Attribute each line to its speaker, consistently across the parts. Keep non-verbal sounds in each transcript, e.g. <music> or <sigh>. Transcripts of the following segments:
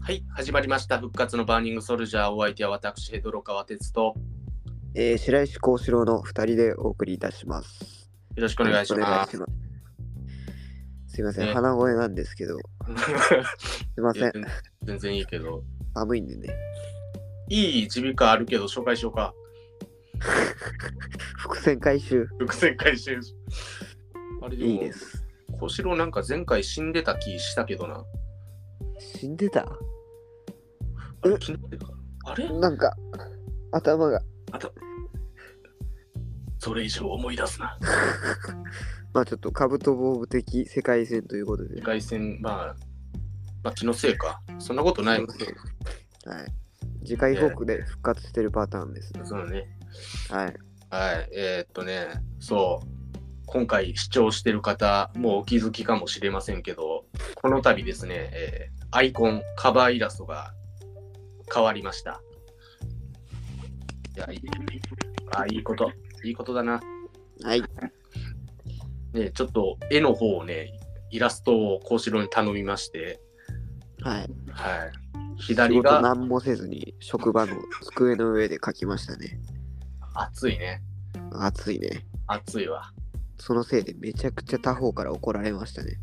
Speaker 1: はい、始まりました。復活のバーニングソルジャー。お相手は私、ヘドロ川哲と。
Speaker 2: えー、白石幸四郎の2人でお送りいたします。
Speaker 1: よろしくお願いします。
Speaker 2: よろしくお願いします。すいません、
Speaker 1: ね
Speaker 2: 鼻声なんですけど、すいま
Speaker 1: い
Speaker 2: せ
Speaker 1: や
Speaker 2: ん、
Speaker 1: 全全然いいけど。
Speaker 2: 寒いんでね、
Speaker 1: いい耳鼻科あるけど、紹介しようか。
Speaker 2: 伏線回収
Speaker 1: 伏線回収。あれでも、
Speaker 2: いいです。
Speaker 1: 小四郎なんか前回死んでた気したけどな。
Speaker 2: 死んでた
Speaker 1: あれ
Speaker 2: え
Speaker 1: 昨日でかあれ
Speaker 2: なんか、頭が、
Speaker 1: それ以上思い出すな。
Speaker 2: まあちょっとカブトボーブ的世界線ということで、
Speaker 1: 外線、まあ、まあ、気のせいか。そんなことないもんね。
Speaker 2: はい。次回報告で復活してるパターンですね。
Speaker 1: そうだね。
Speaker 2: はい。
Speaker 1: はい、えーっとね、そう、今回視聴してる方、もうお気づきかもしれませんけど、この度ですね、えーアイコン、カバーイラストが変わりました。いや、いいあいいこと、いいことだな。
Speaker 2: はい。
Speaker 1: ね、ちょっと絵の方をね、イラストを幸四郎に頼みまして、
Speaker 2: はい。
Speaker 1: はい、
Speaker 2: 仕
Speaker 1: 左
Speaker 2: 事
Speaker 1: が
Speaker 2: 何もせずに、職場の机の上で書きましたね。
Speaker 1: 熱いね、
Speaker 2: 暑いね。
Speaker 1: 熱いわ。
Speaker 2: そのせいでめちゃくちゃ他方から怒られましたね。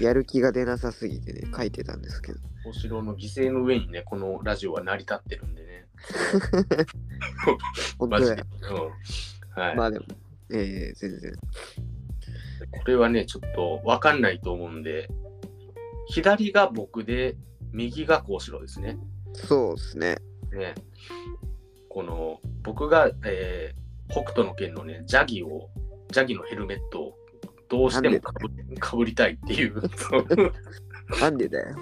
Speaker 2: やる気が出なさすぎてね、書いてたんですけど。
Speaker 1: お城の犠牲の上にね、このラジオは成り立ってるんでね。
Speaker 2: 本
Speaker 1: マ
Speaker 2: 当
Speaker 1: ジ
Speaker 2: だ
Speaker 1: で
Speaker 2: よ。。
Speaker 1: うんはい、
Speaker 2: まあでも、えー、全然。
Speaker 1: これはね、ちょっと分かんないと思うんで、左が僕で、右が幸四郎ですね。
Speaker 2: そうですね。
Speaker 1: ねこの僕が、えー北斗の拳のね、ジャギを、ジャギのヘルメットをどうしてもかぶかぶりたいっていう、そう
Speaker 2: なんでだよ。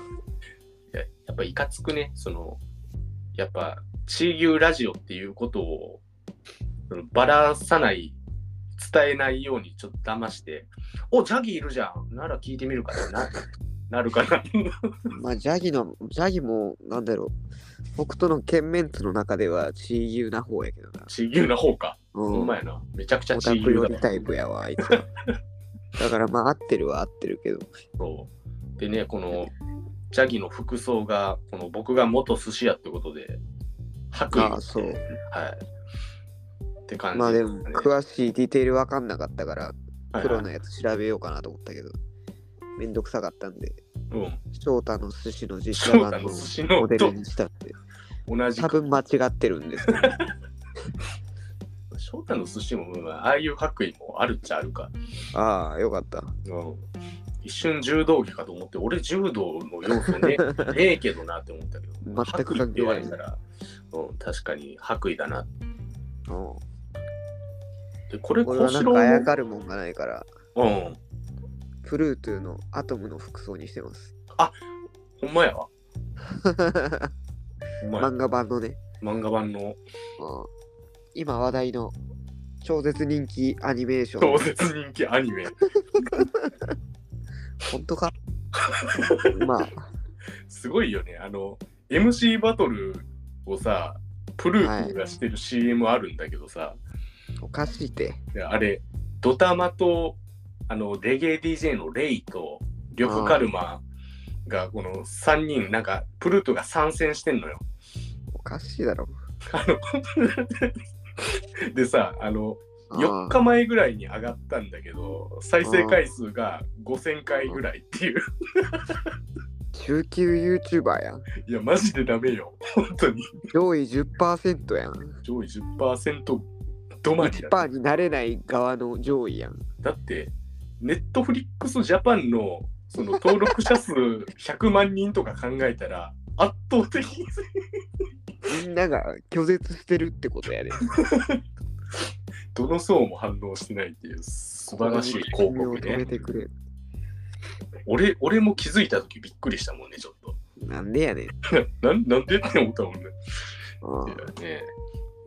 Speaker 1: ややっぱいかつくね、その、やっぱ、地ー牛ラジオっていうことを、そのバラさない、伝えないようにちょっと騙して、お、ジャギいるじゃんなら聞いてみるかな、な <laughs> なるかな。
Speaker 2: まあ、ジャギの、ジャギも、なんだろう。北斗の剣メンツの中では、チーユーな方やけどな。
Speaker 1: 地ー牛な方か。
Speaker 2: う
Speaker 1: ほ、
Speaker 2: ん。
Speaker 1: んま
Speaker 2: オ
Speaker 1: やな。めちゃくち
Speaker 2: タ
Speaker 1: ゃ地ー
Speaker 2: ク寄
Speaker 1: 牛
Speaker 2: り
Speaker 1: だ
Speaker 2: タイプやわ、あいつは。だから、まあ、合ってるは合ってるけど。
Speaker 1: そうでね、この、ジャギの服装が、この僕が元寿司屋ってことで、白衣
Speaker 2: ああそう
Speaker 1: はい。って感じ、
Speaker 2: まあでも、
Speaker 1: ね
Speaker 2: 詳しいディテール分かんなかったから、
Speaker 1: はい
Speaker 2: プロのやつ調べようかなと思ったけど、めんどくさかった
Speaker 1: <laughs>
Speaker 2: んで、
Speaker 1: うん。
Speaker 2: 翔太の寿司の実
Speaker 1: 翔
Speaker 2: 写
Speaker 1: 太
Speaker 2: 版
Speaker 1: の
Speaker 2: の
Speaker 1: 寿司の
Speaker 2: モデ
Speaker 1: と
Speaker 2: ルにしたって、
Speaker 1: 同じ
Speaker 2: 多分間違ってるんですけ
Speaker 1: <laughs>
Speaker 2: ど、
Speaker 1: 翔太の寿司も、まあああいう白衣もあるっちゃあるか。
Speaker 2: ああ、よかった。
Speaker 1: 一瞬柔道着かと思って、俺柔道の要素ねね
Speaker 2: <laughs>
Speaker 1: えけどなって思ったけど、
Speaker 2: 全く
Speaker 1: 白衣って
Speaker 2: 関係
Speaker 1: 言わ
Speaker 2: な
Speaker 1: <laughs>
Speaker 2: い
Speaker 1: れたら、うん、確かに白衣だな。
Speaker 2: うん
Speaker 1: で、これ、
Speaker 2: 俺は
Speaker 1: 小
Speaker 2: な
Speaker 1: 四
Speaker 2: んかあや
Speaker 1: 郎
Speaker 2: かるもんがないから、
Speaker 1: も、うん、
Speaker 2: プルートゥーのアトムの服装にしてます。
Speaker 1: ほんまやわ。ほんまや
Speaker 2: 漫画版のね、
Speaker 1: 漫画版の
Speaker 2: うん今話題の超絶人気アニメーショ
Speaker 1: 超
Speaker 2: ン。
Speaker 1: 絶人気アニメ、
Speaker 2: 本当
Speaker 1: <laughs>
Speaker 2: かまあ、
Speaker 1: すごいよね。あの、MC バトルをさ、プルークがしてる CM あるんだけどさ、
Speaker 2: おかしいって。
Speaker 1: であれ、ドタマと、あの、レゲエ DJ のレイと、リョクカルマが、この3人、なんか、プルートが参戦してんのよ。 <laughs>
Speaker 2: おかしいだろ。
Speaker 1: あのでさ、あの、
Speaker 2: あ
Speaker 1: 4
Speaker 2: あ
Speaker 1: 日前ぐらいに上がったんだけど、再生回数が5000回ぐらいっていう。
Speaker 2: 中級 YouTuber やん。
Speaker 1: <laughs> いや、マジでダメよ。本当に。
Speaker 2: 上位10%やん。
Speaker 1: 上位10%止まりだ。
Speaker 2: 1%になれない側の上位やん。
Speaker 1: だって、ネットフリックスジャパンのその登録者数 <laughs> 100万人とか考えたら、圧倒的に
Speaker 2: みんなが拒絶してるってことやで。
Speaker 1: どの層も反応してないっていう素晴らしい広
Speaker 2: 君を
Speaker 1: 告
Speaker 2: 止め
Speaker 1: ね。
Speaker 2: てくれ。
Speaker 1: 俺俺も気づいた時びっくりしたもんね、ちょっと。
Speaker 2: なんでやねん。
Speaker 1: なんなんでって思ったもんね。
Speaker 2: あ
Speaker 1: いやね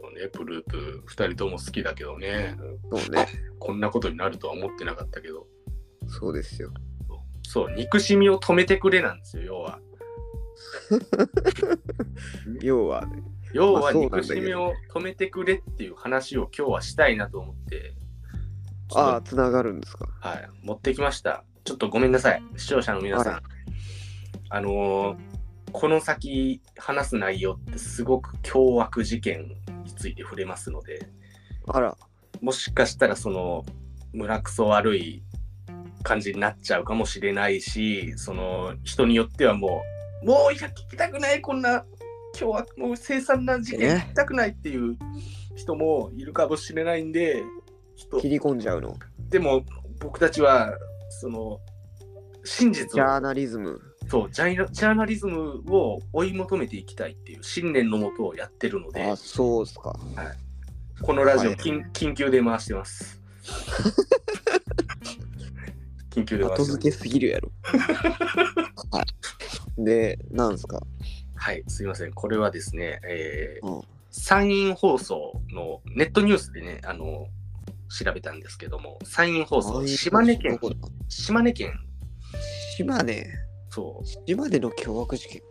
Speaker 1: もうねプループ2人とも好きだけどね、
Speaker 2: あそうね。
Speaker 1: こんなことになるとは思ってなかったけど、
Speaker 2: そうですよ。
Speaker 1: そう、憎しみを止めてくれなんですよ、要は。
Speaker 2: 要はね。
Speaker 1: 要は
Speaker 2: そうなんだ
Speaker 1: 憎
Speaker 2: けど
Speaker 1: しみを止めてくれっていう話を今日はしたいなと思って、ちょ
Speaker 2: ああ、
Speaker 1: っ
Speaker 2: つながるんですか。
Speaker 1: とはい、持ってきました。ちょっとごめんなさい、視聴者の皆さん。
Speaker 2: あ
Speaker 1: あのーこの先話す内容ってすごく凶悪事件について触れますので、
Speaker 2: あら、
Speaker 1: もしかしたらその村くそ悪い感じになっちゃうかもしれないしその人によってはもうもういや聞きたくないこんな今日はもう凄惨な事件
Speaker 2: え
Speaker 1: 聞きたくないっていう人もいるかもしれないんでちょっと
Speaker 2: 切り込んじゃうの。
Speaker 1: でも僕たちはその真実
Speaker 2: ジャー
Speaker 1: を
Speaker 2: ナリズム。
Speaker 1: そうジャイナジャーナリズムを追い求めていきたいっていう信念のもとをやってるので
Speaker 2: あ、そうっすか。
Speaker 1: このラジオ、
Speaker 2: はい
Speaker 1: 緊緊急で回して
Speaker 2: <laughs>
Speaker 1: ます。緊急で回してま
Speaker 2: 後
Speaker 1: す。
Speaker 2: 付けすぎるやろ。
Speaker 1: <laughs>
Speaker 2: はい。で、なんすか。
Speaker 1: はい、すいません。これはですね、えー
Speaker 2: うん
Speaker 1: 山陰放送のネットニュースでね、あの、調べたんですけども、山陰放送、島根県
Speaker 2: ど、こだ
Speaker 1: 島根県、
Speaker 2: 島根。
Speaker 1: そう、
Speaker 2: 島根の凶悪事件。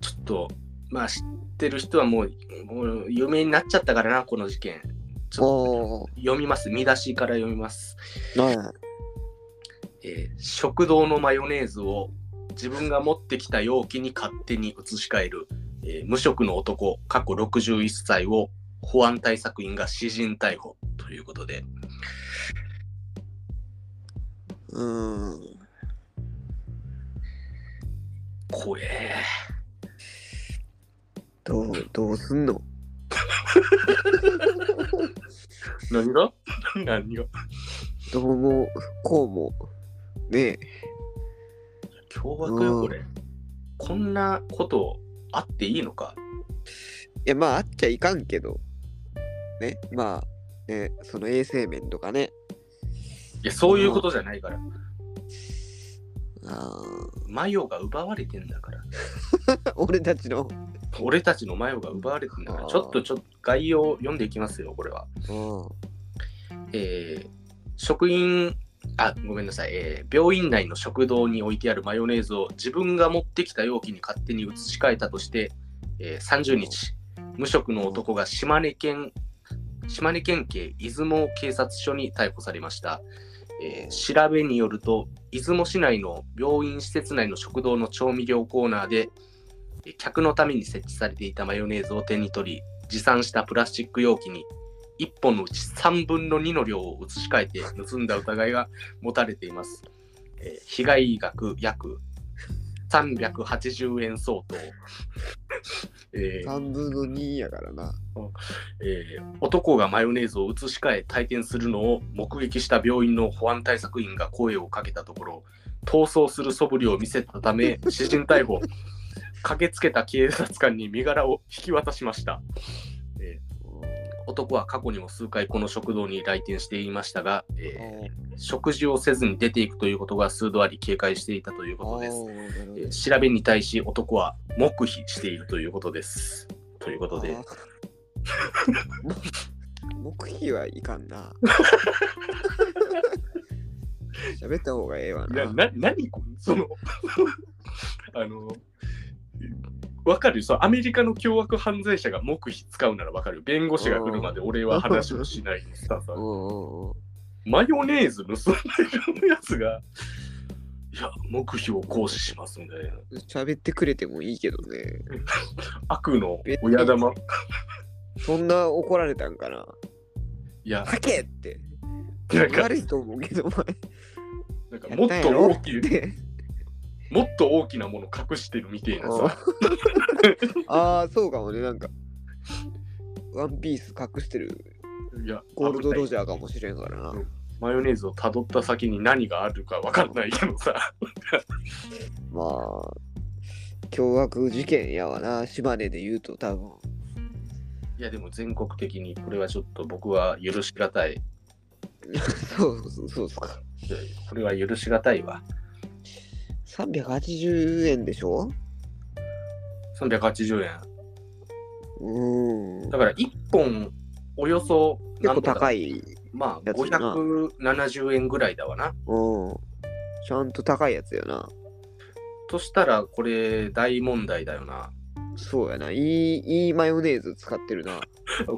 Speaker 1: ちょっと、まあ知ってる人はもう、もう有名になっちゃったからな、この事件。ちょっ
Speaker 2: おお。
Speaker 1: と読みます。見出しから読みます。
Speaker 2: はい。
Speaker 1: えー食堂のマヨネーズを自分が持ってきた容器に勝手に移し替える、えー無職の男過去61歳を保安対策員が私人逮捕ということで
Speaker 2: うーん。
Speaker 1: 怖え
Speaker 2: どう、どうすんの
Speaker 1: 何が <laughs> 何が
Speaker 2: どうも、こうも。ねえ。
Speaker 1: 凶悪よ
Speaker 2: う
Speaker 1: こ
Speaker 2: ん
Speaker 1: れこんなことあっていいのか
Speaker 2: いや、まあ、あっちゃいかんけど。ね。まあ、ね、その衛生面とかね。
Speaker 1: いやそういうことじゃないから
Speaker 2: あ
Speaker 1: マヨが奪われてんだから
Speaker 2: あ。俺たちの。
Speaker 1: 俺たちのマヨが奪われてんだから
Speaker 2: あー
Speaker 1: ちょっとちょっと概要を読んでいきますよこれは
Speaker 2: うん。
Speaker 1: えー職員あごめんなさい、えー病院内の食堂に置いてあるマヨネーズを自分が持ってきた容器に勝手に移し替えたとして、えー30日無職の男が島根県島根県警出雲警察署に逮捕されました、えー調べによると出雲市内の病院施設内の食堂の調味料コーナーでえー客のために設置されていたマヨネーズを手に取り持参したプラスチック容器に1本のうち3分の2の量を移し替えて盗んだ疑いが持たれています。えー被害額約380円相当。 <laughs> えー
Speaker 2: 3分の2やからな。
Speaker 1: えー男がマヨネーズを移し替え退店するのを目撃した病院の保安対策員が声をかけたところ逃走する素振りを見せたため
Speaker 2: <laughs>
Speaker 1: 私人逮捕駆けつけた警察官に身柄を引き渡しました、えー男は過去にも数回この食堂に来店していましたが、えー食事をせずに出ていくということが数度あり警戒していたという
Speaker 2: あ
Speaker 1: ことです
Speaker 2: ー
Speaker 1: えー調べに対し男は黙秘しているということですということで
Speaker 2: あーも黙秘はいかんな。喋った方がええわ
Speaker 1: な
Speaker 2: な。
Speaker 1: な何これその <laughs> あのわかるよそのアメリカの凶悪犯罪者が黙秘使うならわかるよ弁護士が来るまで俺は話をしないささ
Speaker 2: うんうんうん
Speaker 1: マヨネーズ盗んでるやつがいや黙秘を行使しますみたいな
Speaker 2: 喋ってくれてもいいけどね。
Speaker 1: 悪の親玉
Speaker 2: そんな怒られたんかな。
Speaker 1: いや
Speaker 2: 吐けって。
Speaker 1: なんか
Speaker 2: 悪いと思うけど、お前
Speaker 1: なんか
Speaker 2: や
Speaker 1: も
Speaker 2: っ
Speaker 1: った
Speaker 2: ん
Speaker 1: と
Speaker 2: やろ。
Speaker 1: 大きい
Speaker 2: って
Speaker 1: もっと大きなもの隠してるみたいなさ
Speaker 2: ああ、そうかもね。なんか、ワンピース隠してる
Speaker 1: いや
Speaker 2: ゴール
Speaker 1: 危
Speaker 2: ド
Speaker 1: ない
Speaker 2: ロジャーかもしれんからな。
Speaker 1: マヨネーズをたどった先に何があるかわかんないけどさ
Speaker 2: まあ、凶悪事件やわな、島根で言うと多分。 <laughs>
Speaker 1: いやでも全国的にこれはちょっと僕は許しがたい。
Speaker 2: そうそうそうっすか。
Speaker 1: いやこれは許しがたいわ。
Speaker 2: 380円でしょ
Speaker 1: 380円。
Speaker 2: うーん。
Speaker 1: だから1本およそ
Speaker 2: 結構高
Speaker 1: い。
Speaker 2: い。
Speaker 1: まあ
Speaker 2: やつだな
Speaker 1: 570円ぐらいだわな。
Speaker 2: うん。ちゃんと高いやつよな。
Speaker 1: としたら、これ、大問題だよな。
Speaker 2: そうやな。いい、いいマヨネーズ使ってるな。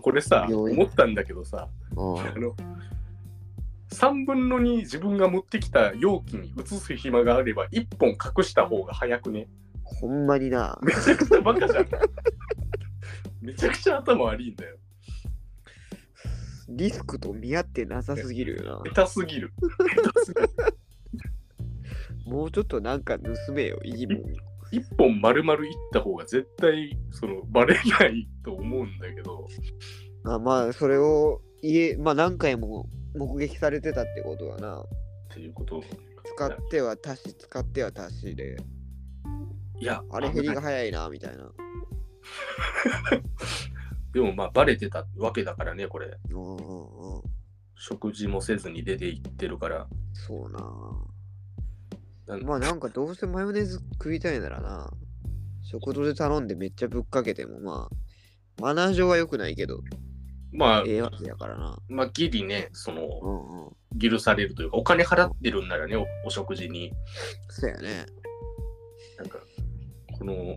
Speaker 1: これさ、
Speaker 2: 病院
Speaker 1: 思ったんだけどさ、
Speaker 2: あ
Speaker 1: <laughs> あの、3分の2自分が持ってきた容器に移す暇があれば、1本隠した方が早くね。
Speaker 2: ほんまにな。
Speaker 1: めちゃくちゃバカじゃん。めちゃくちゃ頭悪いんだよ。
Speaker 2: リスクと見合ってなさすぎるよ
Speaker 1: 下手すぎる。下手すぎる
Speaker 2: な。もうちょっとなんか盗めよ、いいもん。 <laughs>
Speaker 1: 一本丸々いった方が絶対そのバレないと思うんだけど、
Speaker 2: あまあ、それを家、まあ何回も目撃されてたってことはな。
Speaker 1: っていうこと。
Speaker 2: 使っては足し、使っては足しで、
Speaker 1: いや、
Speaker 2: あれ減り
Speaker 1: 危な
Speaker 2: が
Speaker 1: い
Speaker 2: 早いな、みたいな。
Speaker 1: でもまあバレてたわけだからね、これ。
Speaker 2: うんうんうん。
Speaker 1: 食事もせずに出て行ってるから。
Speaker 2: そうな
Speaker 1: な
Speaker 2: まあなんかどうせマヨネーズ食いたいならな、食堂で頼んでめっちゃぶっかけてもまあ、マナー上は良くないけど、
Speaker 1: まあ、
Speaker 2: ええやつやからな。
Speaker 1: まあ、ギリね、そうの、
Speaker 2: んうん。
Speaker 1: 許されるというか、お金払ってるんならね、おお食事に。
Speaker 2: そうやね。
Speaker 1: なんか、この、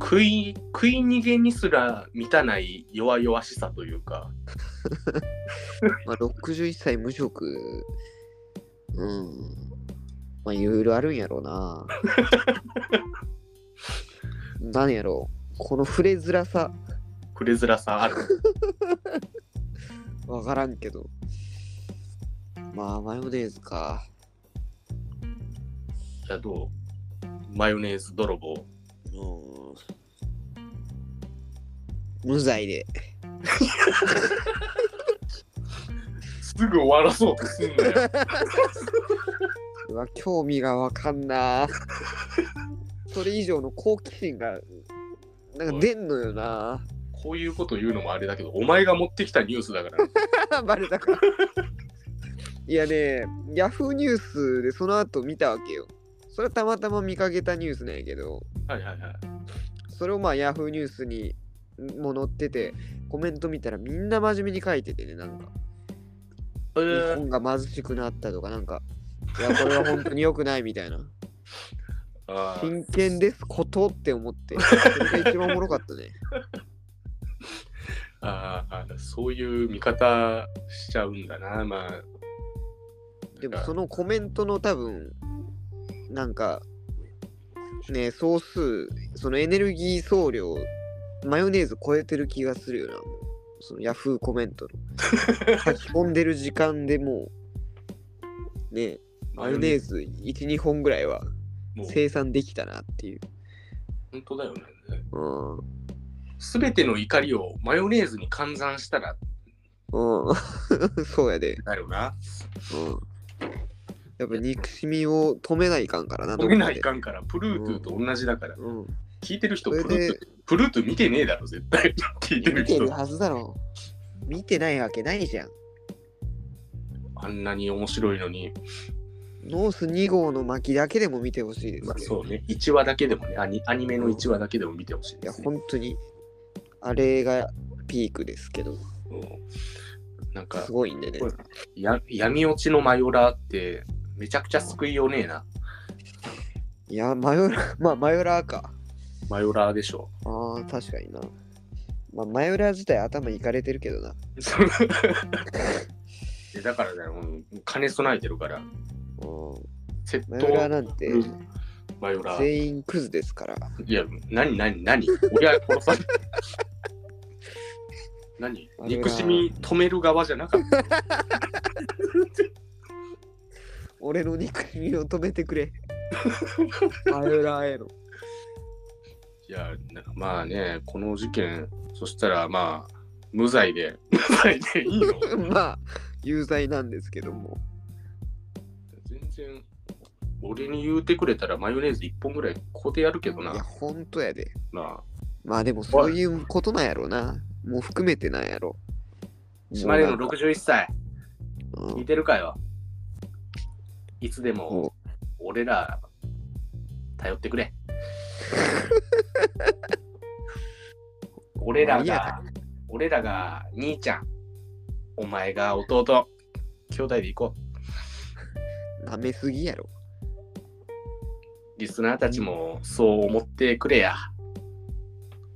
Speaker 1: 食い、食い逃げにすら満たない弱々しさというか、
Speaker 2: まあ61歳無職、うん。まあいろいろあるんやろうな。何やろう。この触れづらさ、
Speaker 1: くれづらさ
Speaker 2: <laughs>
Speaker 1: ある。
Speaker 2: わからんけど。まあマヨネーズか。
Speaker 1: じゃあどうマヨネーズ泥棒。
Speaker 2: うん。無罪で。
Speaker 1: すぐ終わらそうとすんなよ。
Speaker 2: うわ興味がわかんなそれ以上の好奇心がなんか出んのよな
Speaker 1: こういうこと言うのもあれだけど、お前が持ってきたニュースだから、
Speaker 2: <laughs> バレたかいやねヤフーニュースでその後見たわけよそれはたまたま見かけたニュースなんやけど
Speaker 1: はいはいはい。
Speaker 2: それをまあヤフーニュースにも載っててコメント見たらみんな真面目に書いててねなんか
Speaker 1: え
Speaker 2: 日
Speaker 1: ー
Speaker 2: 本が貧しくなったとかなんかいやこれは本当に良くないみたいな
Speaker 1: あー
Speaker 2: 真剣ですことって思ってそれが一番おもろかったね
Speaker 1: あーあーそういう見方しちゃうんだな、まあ。
Speaker 2: でも
Speaker 1: なんか
Speaker 2: そのコメントの多分なんかね総数そのエネルギー総量マヨネーズ超えてる気がするよなもうそのヤフーコメント
Speaker 1: <laughs>
Speaker 2: の書き込んでる時間でもうねマヨネーズ12本ぐらいは
Speaker 1: もう
Speaker 2: 生産できたなっていう、
Speaker 1: 本当だよね。
Speaker 2: うん
Speaker 1: すべての怒りをマヨネーズに換算したら
Speaker 2: うん <laughs> そうやで、
Speaker 1: だよな。
Speaker 2: うん、やっぱ憎しみを止めないかんからな
Speaker 1: 止めない
Speaker 2: どっか
Speaker 1: かんから、プルートゥーと同じだから。
Speaker 2: でうん
Speaker 1: 聞いてる人
Speaker 2: そ
Speaker 1: プ
Speaker 2: れ
Speaker 1: ルートゥ
Speaker 2: で
Speaker 1: ー、プルートゥー見てねえだろ、絶
Speaker 2: <laughs>
Speaker 1: 対。聞いてる
Speaker 2: 見てる
Speaker 1: 人。
Speaker 2: はずだろう。見てないわけないじゃん。
Speaker 1: あんなに面白いのに。
Speaker 2: ノース2号の巻だけでも見てほしいです、ね
Speaker 1: まあ、そうね、1話だけでもね、アニアニメの1話だけでも見てほしい
Speaker 2: い
Speaker 1: で
Speaker 2: や、
Speaker 1: す、ね。
Speaker 2: 本当に、あれがピークですけど、
Speaker 1: うんなんか
Speaker 2: す、ごいんでね
Speaker 1: こ。れや闇落ちのマヨラーって、めちゃくちゃ救いようねえな。
Speaker 2: いや、マヨラ、まあ、マヨラー <laughs> か。
Speaker 1: マヨラーでし <laughs> ょ。
Speaker 2: ああ、確かにな。まあ、マヨラー自体頭いかれてるけどな。
Speaker 1: でだからね、うん金備えてるから、
Speaker 2: うん
Speaker 1: 窃
Speaker 2: マヨラー
Speaker 1: 盗
Speaker 2: なんて、
Speaker 1: うんマヨラー。
Speaker 2: 全員クズですから。
Speaker 1: いや、何、何、何親殺され <laughs> 何
Speaker 2: マヨラー
Speaker 1: 憎しみ止める側じゃなかった。
Speaker 2: 俺の憎しみを止めて
Speaker 1: <laughs>
Speaker 2: くれ。マヨラーへの。 <laughs>
Speaker 1: いや、なまあね、この事件、そしたらまあ、無罪で、無罪でいいの
Speaker 2: まあ、有罪なんですけども。
Speaker 1: 全然、俺に言うてくれたらマヨネーズ1本ぐらいここでやるけど
Speaker 2: い
Speaker 1: な。
Speaker 2: や、本当やで。
Speaker 1: な
Speaker 2: まあでもそういうことなんやろな。もう含めてなんやろ。
Speaker 1: あ島根の
Speaker 2: も
Speaker 1: 61歳、
Speaker 2: うなんか
Speaker 1: 聞いてるかよ。いつでも俺ら頼って
Speaker 2: <laughs>
Speaker 1: くれ。俺ら
Speaker 2: いや
Speaker 1: が、俺らが兄ちゃん、お前が弟、兄弟で行こう。
Speaker 2: うん舐めすぎやろ。
Speaker 1: リスナーたちもそう思ってくれや。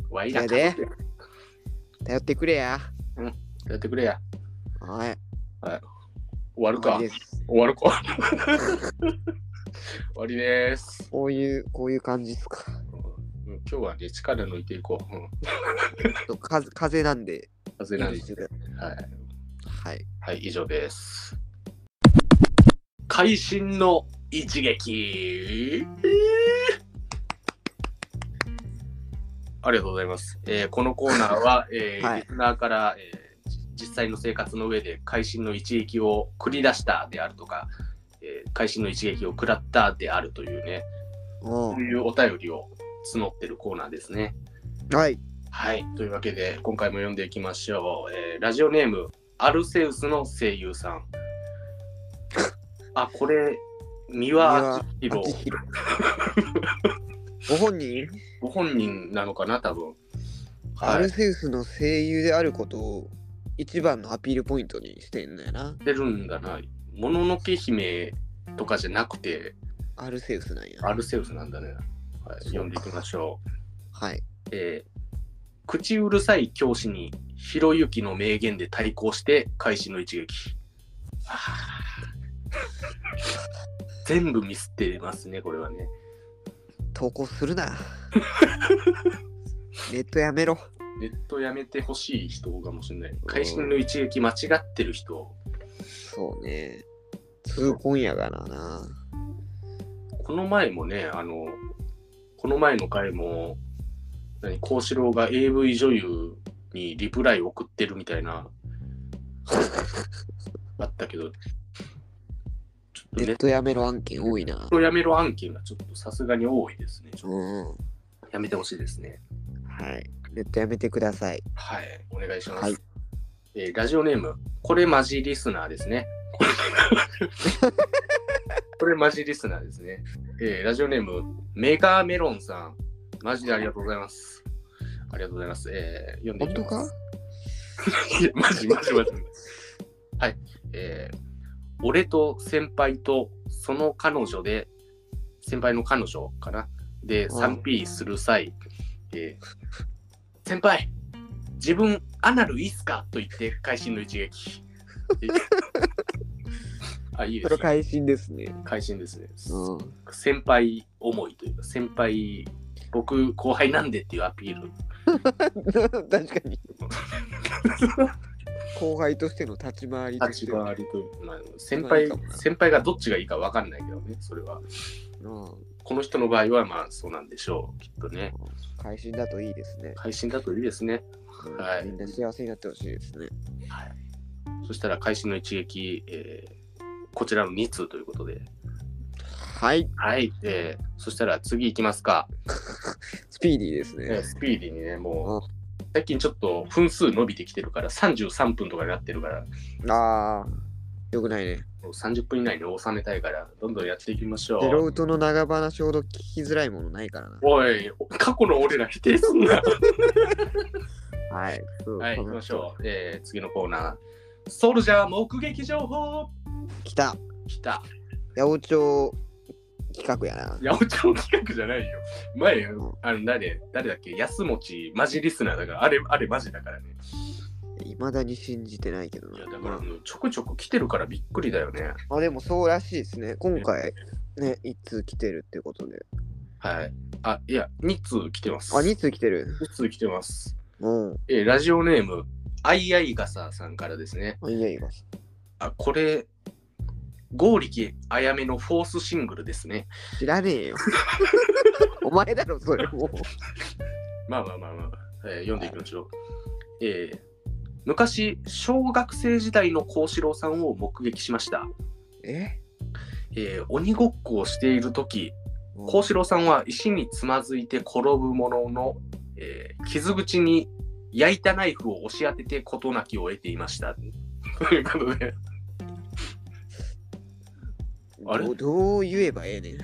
Speaker 1: わいら
Speaker 2: や
Speaker 1: 頼
Speaker 2: で頼ってくれや。
Speaker 1: ってくれや。
Speaker 2: はい。
Speaker 1: 終わる
Speaker 2: 終わ
Speaker 1: か
Speaker 2: り。です
Speaker 1: 終わるか。 <laughs> 終わりです。
Speaker 2: こういう、こういう感じっすか。
Speaker 1: うん今日はね、力抜いていこう。うん、
Speaker 2: ちょっと風風なんで。
Speaker 1: 風なんで
Speaker 2: いいです
Speaker 1: はい。
Speaker 2: はい。
Speaker 1: はい、以上です。会心の一撃、ありがとうございます。えーこのコーナー
Speaker 2: <laughs>
Speaker 1: は、えー
Speaker 2: はい
Speaker 1: リスナーから、えー実際の生活の上で会心の一撃を繰り出したであるとか、えー会心の一撃を食らったであるというね、
Speaker 2: お
Speaker 1: そうういうお便りを募ってるコーナーですね。
Speaker 2: はい。
Speaker 1: はい、というわけで今回も読んでいきましょう、えーラジオネームアルセウスの声優さん <laughs> あこれ三輪明
Speaker 2: 秋
Speaker 1: 宏
Speaker 2: 広。ご本人、
Speaker 1: ご本人なのかな多分
Speaker 2: ア
Speaker 1: はい
Speaker 2: ルセウスの声優であることを一番のアピールポイントにしてんだよな。
Speaker 1: 出るんだなもののけ姫とかじゃなくて
Speaker 2: アルセウスなんや。
Speaker 1: アルセウスなんだね、はい、読んでいきましょう
Speaker 2: はい。
Speaker 1: えー口うるさい教師にひろゆきの名言で対抗して開始の一撃あー全部ミスってますねこれはね
Speaker 2: 投稿す
Speaker 1: <laughs>
Speaker 2: るな。ネットやめろ。
Speaker 1: ネットやめてほしい人かもしれない会心の一撃間違ってる人
Speaker 2: そうね。痛恨やがらな。
Speaker 1: この前もねあのこの前の回も何幸四郎が AV 女優にリプライ送ってるみたいなあったけどちょっと
Speaker 2: ネ
Speaker 1: ネ
Speaker 2: ッ
Speaker 1: ッ
Speaker 2: トやめろ案件多いな。
Speaker 1: トやめろ案件がちょっとさすがに多いですねちょっ
Speaker 2: うん。は
Speaker 1: とやめてほしいですね
Speaker 2: い。ネットやめてください。
Speaker 1: はいお願いします、
Speaker 2: はい
Speaker 1: えーラジオネームこれマジリスナーです
Speaker 2: <laughs>
Speaker 1: ねこれマジリスナーですね。えーラジオネーム、メガメロンさん。マジでありがとうございます。ありがとうございます。えー読んでい
Speaker 2: 本
Speaker 1: き
Speaker 2: 当
Speaker 1: ます
Speaker 2: か
Speaker 1: いや <laughs> マジマジマジ。はい。えー俺と先輩とその彼女で、先輩の彼女かなで、
Speaker 2: うん
Speaker 1: 3P する際、えー先輩、自分、アナルいいっすかと言って、会心の一撃。え
Speaker 2: <laughs>
Speaker 1: あ、いいで
Speaker 2: そ
Speaker 1: す
Speaker 2: れ
Speaker 1: ね。
Speaker 2: 会心ですね。
Speaker 1: 会心ですね。
Speaker 2: うん。 <laughs>
Speaker 1: 先輩思いというか先輩僕後輩なんでっていうアピール
Speaker 2: 確かに。後輩としての立ち回りと
Speaker 1: 立ち
Speaker 2: して。
Speaker 1: 回りという、まあ、先
Speaker 2: いい
Speaker 1: 輩
Speaker 2: かもな
Speaker 1: 先輩がどっちがいいか分かんないけどねそれは
Speaker 2: うん。
Speaker 1: この人の場合はまあそうなんでしょうきっとね
Speaker 2: 会心だといいですね。
Speaker 1: 会心だといいですね、
Speaker 2: うん
Speaker 1: はい
Speaker 2: みんな幸せになってほしいですね。
Speaker 1: はい、そしたら会心の一撃、えーこちらの2通ということで
Speaker 2: はい。
Speaker 1: はい、えーそしたら次いきますか、
Speaker 2: スピーディーですね。
Speaker 1: えースピーディーにねもう最近ちょっと分数伸びてきてるから33分とかになってるから
Speaker 2: ああ。よくないね。
Speaker 1: もう30分以内に収めたいからどんどんやっていきましょう
Speaker 2: デロウトの長話ほど聞きづらいものないからな。
Speaker 1: おい、過去の俺ら否定すんな。
Speaker 2: はい。
Speaker 1: はい、行きましょう。えー、次のコーナー。ソルジャー目撃情報
Speaker 2: う。来た。
Speaker 1: 来た。
Speaker 2: 八百長企画やな。
Speaker 1: 八百長企画じゃないよ。前
Speaker 2: うん、
Speaker 1: あの、誰、誰だっけ安持ち、マジリスナーだから、あれ、あれマジだからね。
Speaker 2: いまだに信じてないけど
Speaker 1: い
Speaker 2: な
Speaker 1: や、だから、ちょくちょく来てるからびっくりだよね。
Speaker 2: まあでもそうらしいですね。今回、ね、1通来てるってことで。
Speaker 1: はい。あ、いや、2通来てます。
Speaker 2: あ、2通来てる。
Speaker 1: 2通来てます。
Speaker 2: うん。
Speaker 1: えー、ラジオネーム、アイアイガサさんからですね。
Speaker 2: あ、いやいや。
Speaker 1: あ、これ、剛力あやめのフォースシングルですね。
Speaker 2: 知らねえよ。 <laughs> お前だろ、それもう。
Speaker 1: まあまあまあまあ、えー読んでいきましょう。えー昔、小学生時代の幸四郎さんを目撃しました。
Speaker 2: え
Speaker 1: えー鬼ごっこをしているとき、幸四郎さんは石につまずいて転ぶものの、えー傷口に焼いたナイフを押し当てて事なきを得ていま <laughs> した。ということで、あれ
Speaker 2: どどう言えばええねん。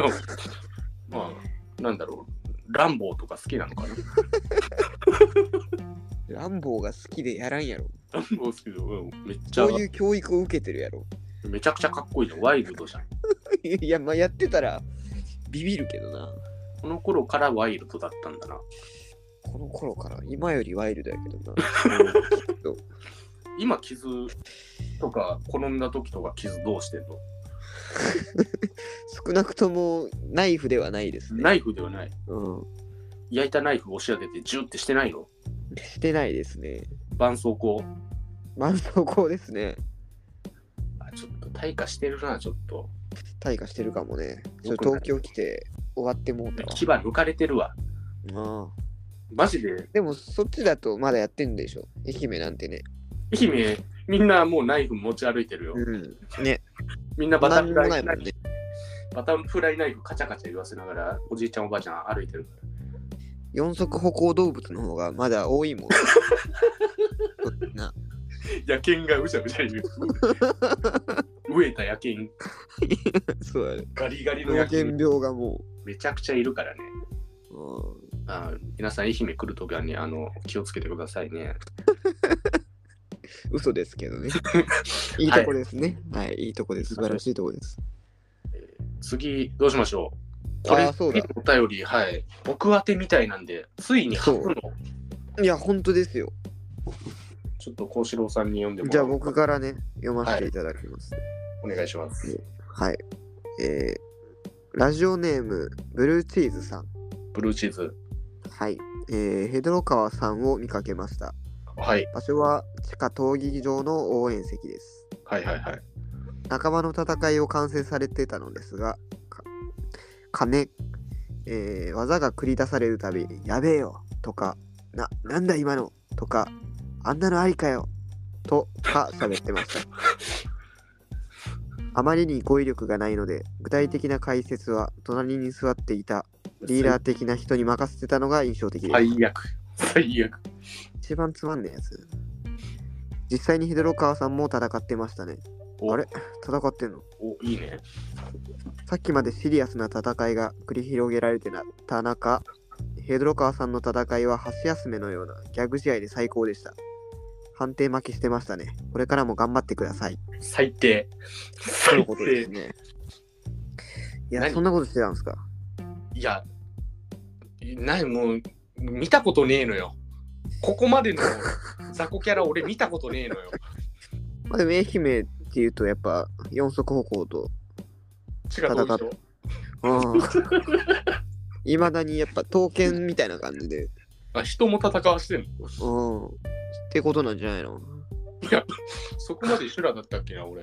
Speaker 1: <laughs> まあ、 <laughs> なんだろう、乱暴とか好きなのかな。
Speaker 2: ランボーが好きでやらんやろ。
Speaker 1: 乱暴好きで、うんめっちゃ
Speaker 2: こう、いう教育を受けてるやろ。 <laughs>
Speaker 1: めちゃくちゃかっこいいじゃん、ワイルドじゃん。
Speaker 2: いや、まあ、やってたら、ビビるけどな。
Speaker 1: この頃からワイルドだったんだな。
Speaker 2: この頃から、今よりワイルドやけどな。
Speaker 1: 今、傷とか、転んだ時とか傷どうしてんの
Speaker 2: 少なくともナイフではないですね。
Speaker 1: ナイフではない。
Speaker 2: うん。
Speaker 1: 焼いたナイフ押し当ててジュってしてないの
Speaker 2: してないですね。
Speaker 1: 絆創膏。
Speaker 2: 満足校ですね。
Speaker 1: あ、ちょっと退化してるな、ちょっと。
Speaker 2: 退化してるかもね。そ
Speaker 1: よ
Speaker 2: れ
Speaker 1: くない
Speaker 2: 東京来て終わってもうた
Speaker 1: 牙抜かれてるわ。
Speaker 2: わ。ああ
Speaker 1: マジで、
Speaker 2: でもそっちだとまだやってんでしょ。愛媛なんてね。
Speaker 1: 愛媛、みんなもうナイフ持ち歩いてるよ。
Speaker 2: うん。ね。
Speaker 1: みんなバタ
Speaker 2: 何
Speaker 1: フ
Speaker 2: に
Speaker 1: ラ
Speaker 2: も
Speaker 1: イ
Speaker 2: ない
Speaker 1: ナ
Speaker 2: も
Speaker 1: イ
Speaker 2: ん
Speaker 1: フ、
Speaker 2: ね。
Speaker 1: バタフライナイフカチャカチャ言わせながら、おじいちゃんおばあちゃん歩いてるから。
Speaker 2: 四足歩行動物の方がまだ多い <laughs> もん。
Speaker 1: 野犬がうじゃうじゃ言う。 <laughs> 飢えた野犬、
Speaker 2: そうやね。
Speaker 1: ガリガリの
Speaker 2: 狂
Speaker 1: 野
Speaker 2: 犬
Speaker 1: 犬、
Speaker 2: 病がも
Speaker 1: めちゃくちゃいるからね。
Speaker 2: う。うん
Speaker 1: あ皆さん、愛媛来るときはね、あの、気をつけてくださいね。
Speaker 2: 嘘ですけど <laughs> ね。いいとこですね。はい、いいとこです。素晴らしいとこです。
Speaker 1: 次、どうしましょうこ
Speaker 2: あ
Speaker 1: れ、
Speaker 2: ーそうだ
Speaker 1: お便り、はい。僕宛てみたいなんで、ついに初
Speaker 2: そ
Speaker 1: の、
Speaker 2: いや、本当ですよ。
Speaker 1: ちょっと幸四郎さんに読んでも
Speaker 2: じゃ
Speaker 1: ら
Speaker 2: あ
Speaker 1: おう
Speaker 2: 僕からね、読ませていただきます。
Speaker 1: お願いします。
Speaker 2: はい。えー、ラジオネーム、ブルーチーズさん。
Speaker 1: ブルーチーズ。
Speaker 2: はい。えー、ヘドロ川さんを見かけました。
Speaker 1: はい、
Speaker 2: 場所は地下闘技場の応援席です。
Speaker 1: はい、はい、はい。
Speaker 2: 仲間の戦いを観戦されてたのですが、か金、えー技が繰り出されるたび、やべえよとか、な、なんだ今のとか、あんなのありかよとか喋ってました。あまりに語彙力がないので、具体的な解説は隣に座っていたリーダー的な人に任せてたのが印象的です。
Speaker 1: 最悪。最悪。
Speaker 2: 一番つまんねえやつ。実際にヘドロ川さんも戦ってましたね。
Speaker 1: お
Speaker 2: あれ戦ってんの
Speaker 1: お、いいね。
Speaker 2: さっきまでシリアスな戦いが繰り広げられてた中、ヘドロ川さんの戦いは箸休めのようなギャグ試合で最高でした。判定負けしてましたね。これからも頑張ってください。
Speaker 1: 最低。
Speaker 2: との
Speaker 1: 最
Speaker 2: ことです
Speaker 1: 低。 <laughs>
Speaker 2: ね。いや、
Speaker 1: 何
Speaker 2: そんなことしてたんですか
Speaker 1: いや、ない、もう、見たことねえのよ。ここまでの雑魚キャラ、俺見たことねえのよ。
Speaker 2: まあ、でも愛媛っていうとやっぱ四足歩行と、
Speaker 1: 違う、どうでしょう
Speaker 2: いまだにやっぱ刀剣みたいな感じで、
Speaker 1: あ、人も戦わしてんの
Speaker 2: うん。ってことなんじゃないの
Speaker 1: そこまで修羅だったっけな、俺。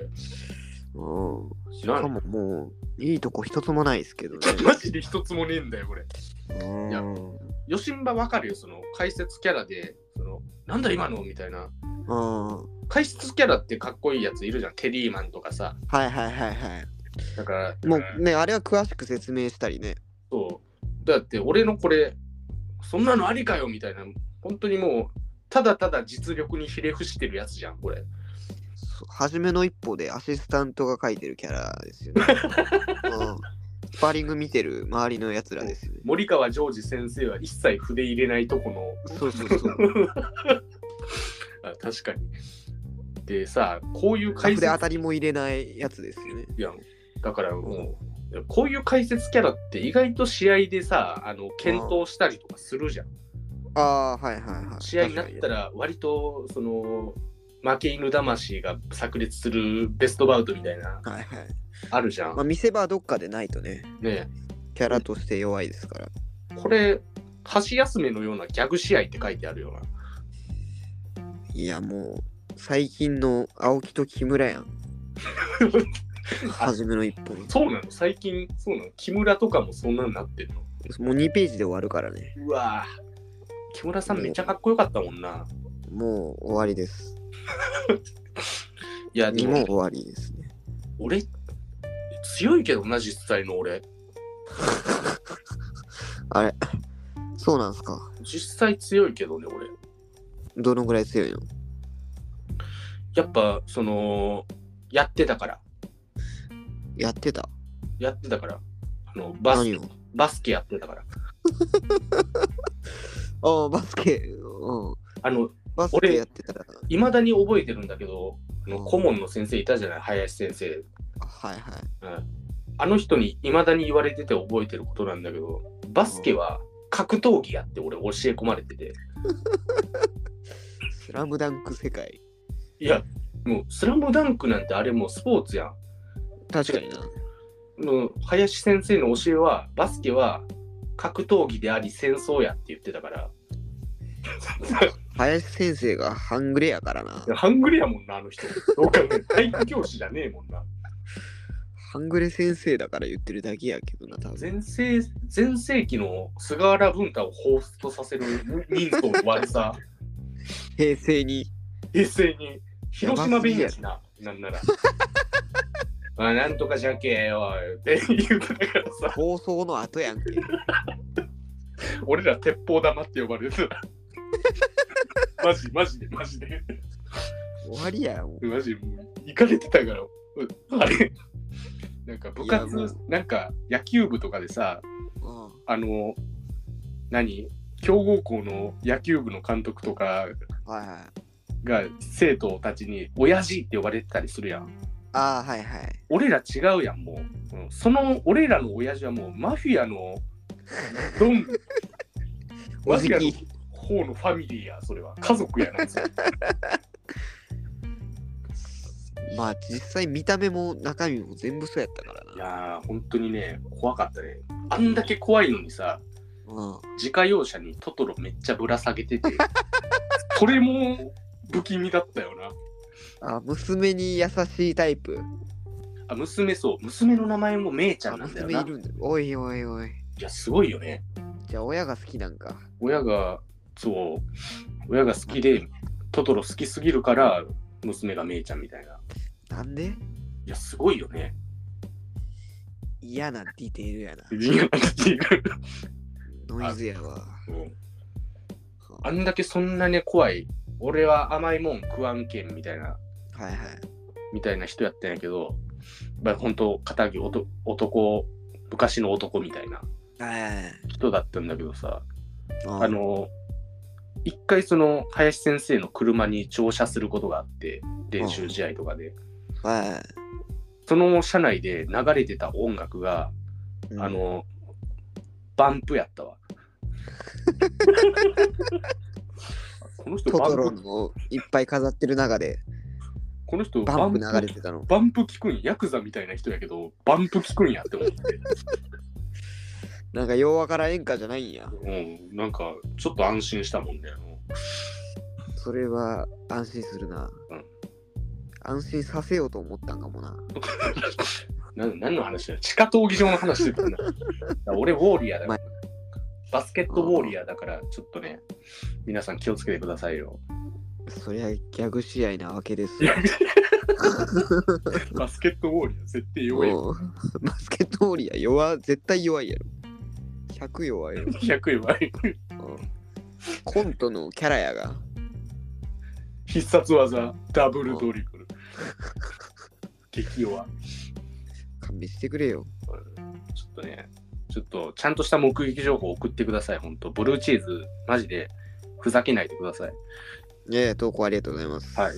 Speaker 2: うん。し
Speaker 1: らん
Speaker 2: かももう、いいとこ一つもないですけどね。
Speaker 1: マジで一つもねえんだよ、これ。いや
Speaker 2: うん。
Speaker 1: 吉ンバわかるよ、その解説キャラで、その、なんだ今のみたいな。
Speaker 2: うん。
Speaker 1: 解説キャラってかっこいいやついるじゃん、テリーマンとかさ。
Speaker 2: はいはいはいはい。
Speaker 1: だから、
Speaker 2: も
Speaker 1: ん
Speaker 2: うね、あれは詳しく説明したりね。
Speaker 1: そう。だって俺のこれ、そんなのありかよみたいな、本当にもう、ただただ実力にひれ伏してるやつじゃん、これ。
Speaker 2: そう初めの一歩でアシスタントが書いてるキャラで
Speaker 1: <laughs>
Speaker 2: すよね。うん、スパーリング見てる周りのやつらですよね。
Speaker 1: 森川ジョージ先生は一切筆入れないとこの。
Speaker 2: そうそうそう。
Speaker 1: あ確かに。でさ、こういう <laughs> 解
Speaker 2: 筆
Speaker 1: 説
Speaker 2: 当たりも入れないやつですよね。
Speaker 1: やん。だからもう、こういう解説キャラって意外と試合でさ、あの、検討したりとかするじゃん。
Speaker 2: ああ、はいはいはい。
Speaker 1: 試合になったら割とその負け犬魂が炸裂するベストバウトみたいな
Speaker 2: 確かに。はいはい。
Speaker 1: あるじゃん
Speaker 2: まあ、。見せ場どっかでないとね、
Speaker 1: ね
Speaker 2: キャラとして弱いですから。
Speaker 1: これ箸休めのようなギャグ試合って書いてあるよな。
Speaker 2: いや、もう、最近の青木と木村
Speaker 1: <laughs>
Speaker 2: やん。初めの一歩。
Speaker 1: そうなの最近そうなの木村とかもそんなになってるの。
Speaker 2: もう2ページで終わるからね。
Speaker 1: うわぁ木村さんめっちゃかっこよかったもんな。
Speaker 2: もう終わりです。
Speaker 1: いやで
Speaker 2: にもう
Speaker 1: も
Speaker 2: 終わりですね。
Speaker 1: 俺強いけどな実際の俺
Speaker 2: あれ <laughs> そうなんすか
Speaker 1: 実際強いけどね俺。
Speaker 2: どのぐらい強いの
Speaker 1: やっぱそのやってたから
Speaker 2: やってた
Speaker 1: やってたからあのバス
Speaker 2: 何を
Speaker 1: バスケやってたから。
Speaker 2: ああ、バスケ。うん。
Speaker 1: あの、
Speaker 2: バスケやってたら。
Speaker 1: いまだに覚えてるんだけど、あの
Speaker 2: うん
Speaker 1: 顧問の先生いたじゃない、林先生。
Speaker 2: はいはい。
Speaker 1: うんあの人に未だに言われてて覚えてることなんだけど、バスケは格闘技やって俺教え込まれてて、
Speaker 2: スラムダンク世界。
Speaker 1: いや、もうスラムダンクなんてあれもうスポーツやん。
Speaker 2: 確かにな。
Speaker 1: もう林先生の教えはバスケは格闘技であり戦争やって言ってたから
Speaker 2: 林先生が半グレやからな。
Speaker 1: ハングリやもんなあの人どう考えても体育教師じゃねえもんな
Speaker 2: 半グレ先生だから言ってるだけやけどな、多分。
Speaker 1: 全盛全盛期の菅原文太を彷彿とさせる人相の悪さ
Speaker 2: 平成に。
Speaker 1: 平成に広島弁やしななん <laughs> ならまあなんとかじゃけえよって言うてたからさ
Speaker 2: 放送の後やん
Speaker 1: <laughs>
Speaker 2: け。
Speaker 1: 俺ら鉄砲玉って呼ばれて <laughs> たマジマジでマジで
Speaker 2: 終わりやもう
Speaker 1: マジもう行かれてたから、うんあれ、なんか部
Speaker 2: いやも
Speaker 1: 活
Speaker 2: う、
Speaker 1: なんか野球部とかでさ、
Speaker 2: あ
Speaker 1: あの、何、強豪校の野球部の監督とか
Speaker 2: あ。はいはい。
Speaker 1: が生徒たちに、親父って呼ばれてたりするやん。
Speaker 2: ああ、はいはい。
Speaker 1: 俺ら違うやん、もう。うんその俺らの親父はもうマフィアの、どん、
Speaker 2: <laughs> お
Speaker 1: マ
Speaker 2: じ
Speaker 1: フィアの
Speaker 2: き。
Speaker 1: 方のファミリーや、それは。家族やな、
Speaker 2: <laughs>
Speaker 1: それ
Speaker 2: まあ、実際見た目も中身も全部そうやったから
Speaker 1: い
Speaker 2: な。
Speaker 1: やー、本当にね、怖かったね。あんだけ怖いのにさ、
Speaker 2: うん。
Speaker 1: 自家用車にトトロめっちゃぶら下げて
Speaker 2: <laughs>
Speaker 1: てそれも不気味だったよな
Speaker 2: あ、娘に優しいタイプ。
Speaker 1: あ娘そう娘の名前もめいちゃ
Speaker 2: あ、
Speaker 1: んなんだよな
Speaker 2: 娘いるんだ。おいおいおい。
Speaker 1: いやすごいよね
Speaker 2: じゃあ、親が好きなんか。
Speaker 1: 親がそう親が好きでトトロ好きすぎるから娘がめいちゃんみたいな
Speaker 2: なんで
Speaker 1: いやすごいよね
Speaker 2: 嫌なディテールやな。ノイズやわ。
Speaker 1: うんあんだけそんなね怖い俺は甘いもん食わんけんみたいな
Speaker 2: はいはい。
Speaker 1: みたいな人やったんやけど、まあ、本当片木おと男昔の男みたいな
Speaker 2: はいはいはい。
Speaker 1: 人だったんだけどさ、
Speaker 2: あ
Speaker 1: あの、一回その林先生の車に乗車することがあって、練習試合とかで、
Speaker 2: はいはい。
Speaker 1: その車内で流れてた音楽が、
Speaker 2: うん
Speaker 1: あ、の、バンプや
Speaker 2: <laughs>
Speaker 1: ったわ。この人
Speaker 2: ト
Speaker 1: バ
Speaker 2: トロ
Speaker 1: ンプ、
Speaker 2: のいっぱい飾ってる中で、
Speaker 1: この人
Speaker 2: バンプ
Speaker 1: バ
Speaker 2: 流れてたの。
Speaker 1: バンプ聞くん、ヤクザみたいな人やけど、バンプ聞くんやって思って。
Speaker 2: なんか、弱から演歌じゃないんや。
Speaker 1: うん、なんか、ちょっと安心したもんね。
Speaker 2: それは安心するな。
Speaker 1: うん
Speaker 2: 安心させようと思ったんかもな。
Speaker 1: な何の話だよ地下闘技場の話してたんだ。だ
Speaker 2: <laughs>
Speaker 1: から俺、ウォーリアーだから。バスケットウォーリアーだから、ちょっとね、皆さん気をつけてくださいよ。
Speaker 2: そりゃギャグ試合なわけですよ。
Speaker 1: バスケットウォーリアー、絶対弱い。
Speaker 2: もうバスケットボールや弱、絶対弱いやろ。100弱
Speaker 1: <laughs>
Speaker 2: いよ。
Speaker 1: 100弱い。
Speaker 2: うんコントのキャラやが。
Speaker 1: 必殺技、ダブルドリブル。激弱。
Speaker 2: 勘弁してくれよ。
Speaker 1: ちょっとね、ちょっと、ちゃんとした目撃情報送ってください、本当ブルーチーズ、マジで、ふざけないでください。
Speaker 2: ええ、投稿ありがとうございます。
Speaker 1: はい。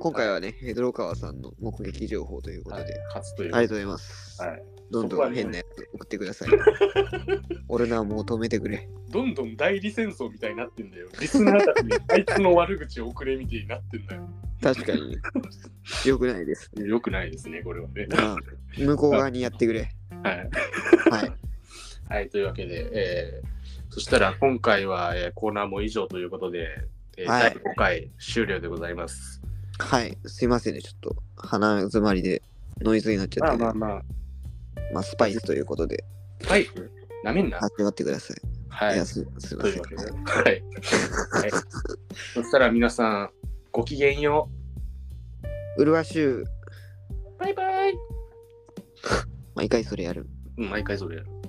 Speaker 2: 今回はね、ヘドロ川さんの目撃情報ということ
Speaker 1: は
Speaker 2: で、
Speaker 1: い、初という
Speaker 2: あ
Speaker 1: か
Speaker 2: りがとうございます。
Speaker 1: はい
Speaker 2: どん
Speaker 1: そこ
Speaker 2: ど
Speaker 1: は
Speaker 2: ん
Speaker 1: ね
Speaker 2: 変なやつ送ってくだ
Speaker 1: <laughs>
Speaker 2: さい。俺らはもう止めてくれ。
Speaker 1: どんどん代理戦争みたいになってんだよ。リスナーたちにあいつの悪口を送れみたいになってんだよ。
Speaker 2: 確かに。よくな
Speaker 1: <laughs>
Speaker 2: いです。
Speaker 1: よくないですね、これはね。
Speaker 2: ああ向こう側にやってくれ。
Speaker 1: はい、
Speaker 2: はい。
Speaker 1: はい、というわけで、えーそしたら今回は、えーコーナーも以上ということで、えー
Speaker 2: はい
Speaker 1: 第5回終了でございます。
Speaker 2: はい。すいませんね。ちょっと鼻詰まりでノイズになっちゃって、まあ
Speaker 1: まあ。
Speaker 2: スパイスということで、
Speaker 1: タイプなめんな。
Speaker 2: 味わってください。、
Speaker 1: はいい
Speaker 2: や。すすいま
Speaker 1: とい
Speaker 2: せ
Speaker 1: うんわ。け
Speaker 2: <laughs>
Speaker 1: で、はい。はい、そしたら皆さん、ごきげんよ
Speaker 2: うるわしゅう、
Speaker 1: う。バイバイ。
Speaker 2: 毎回それやる。
Speaker 1: うん毎回それやる。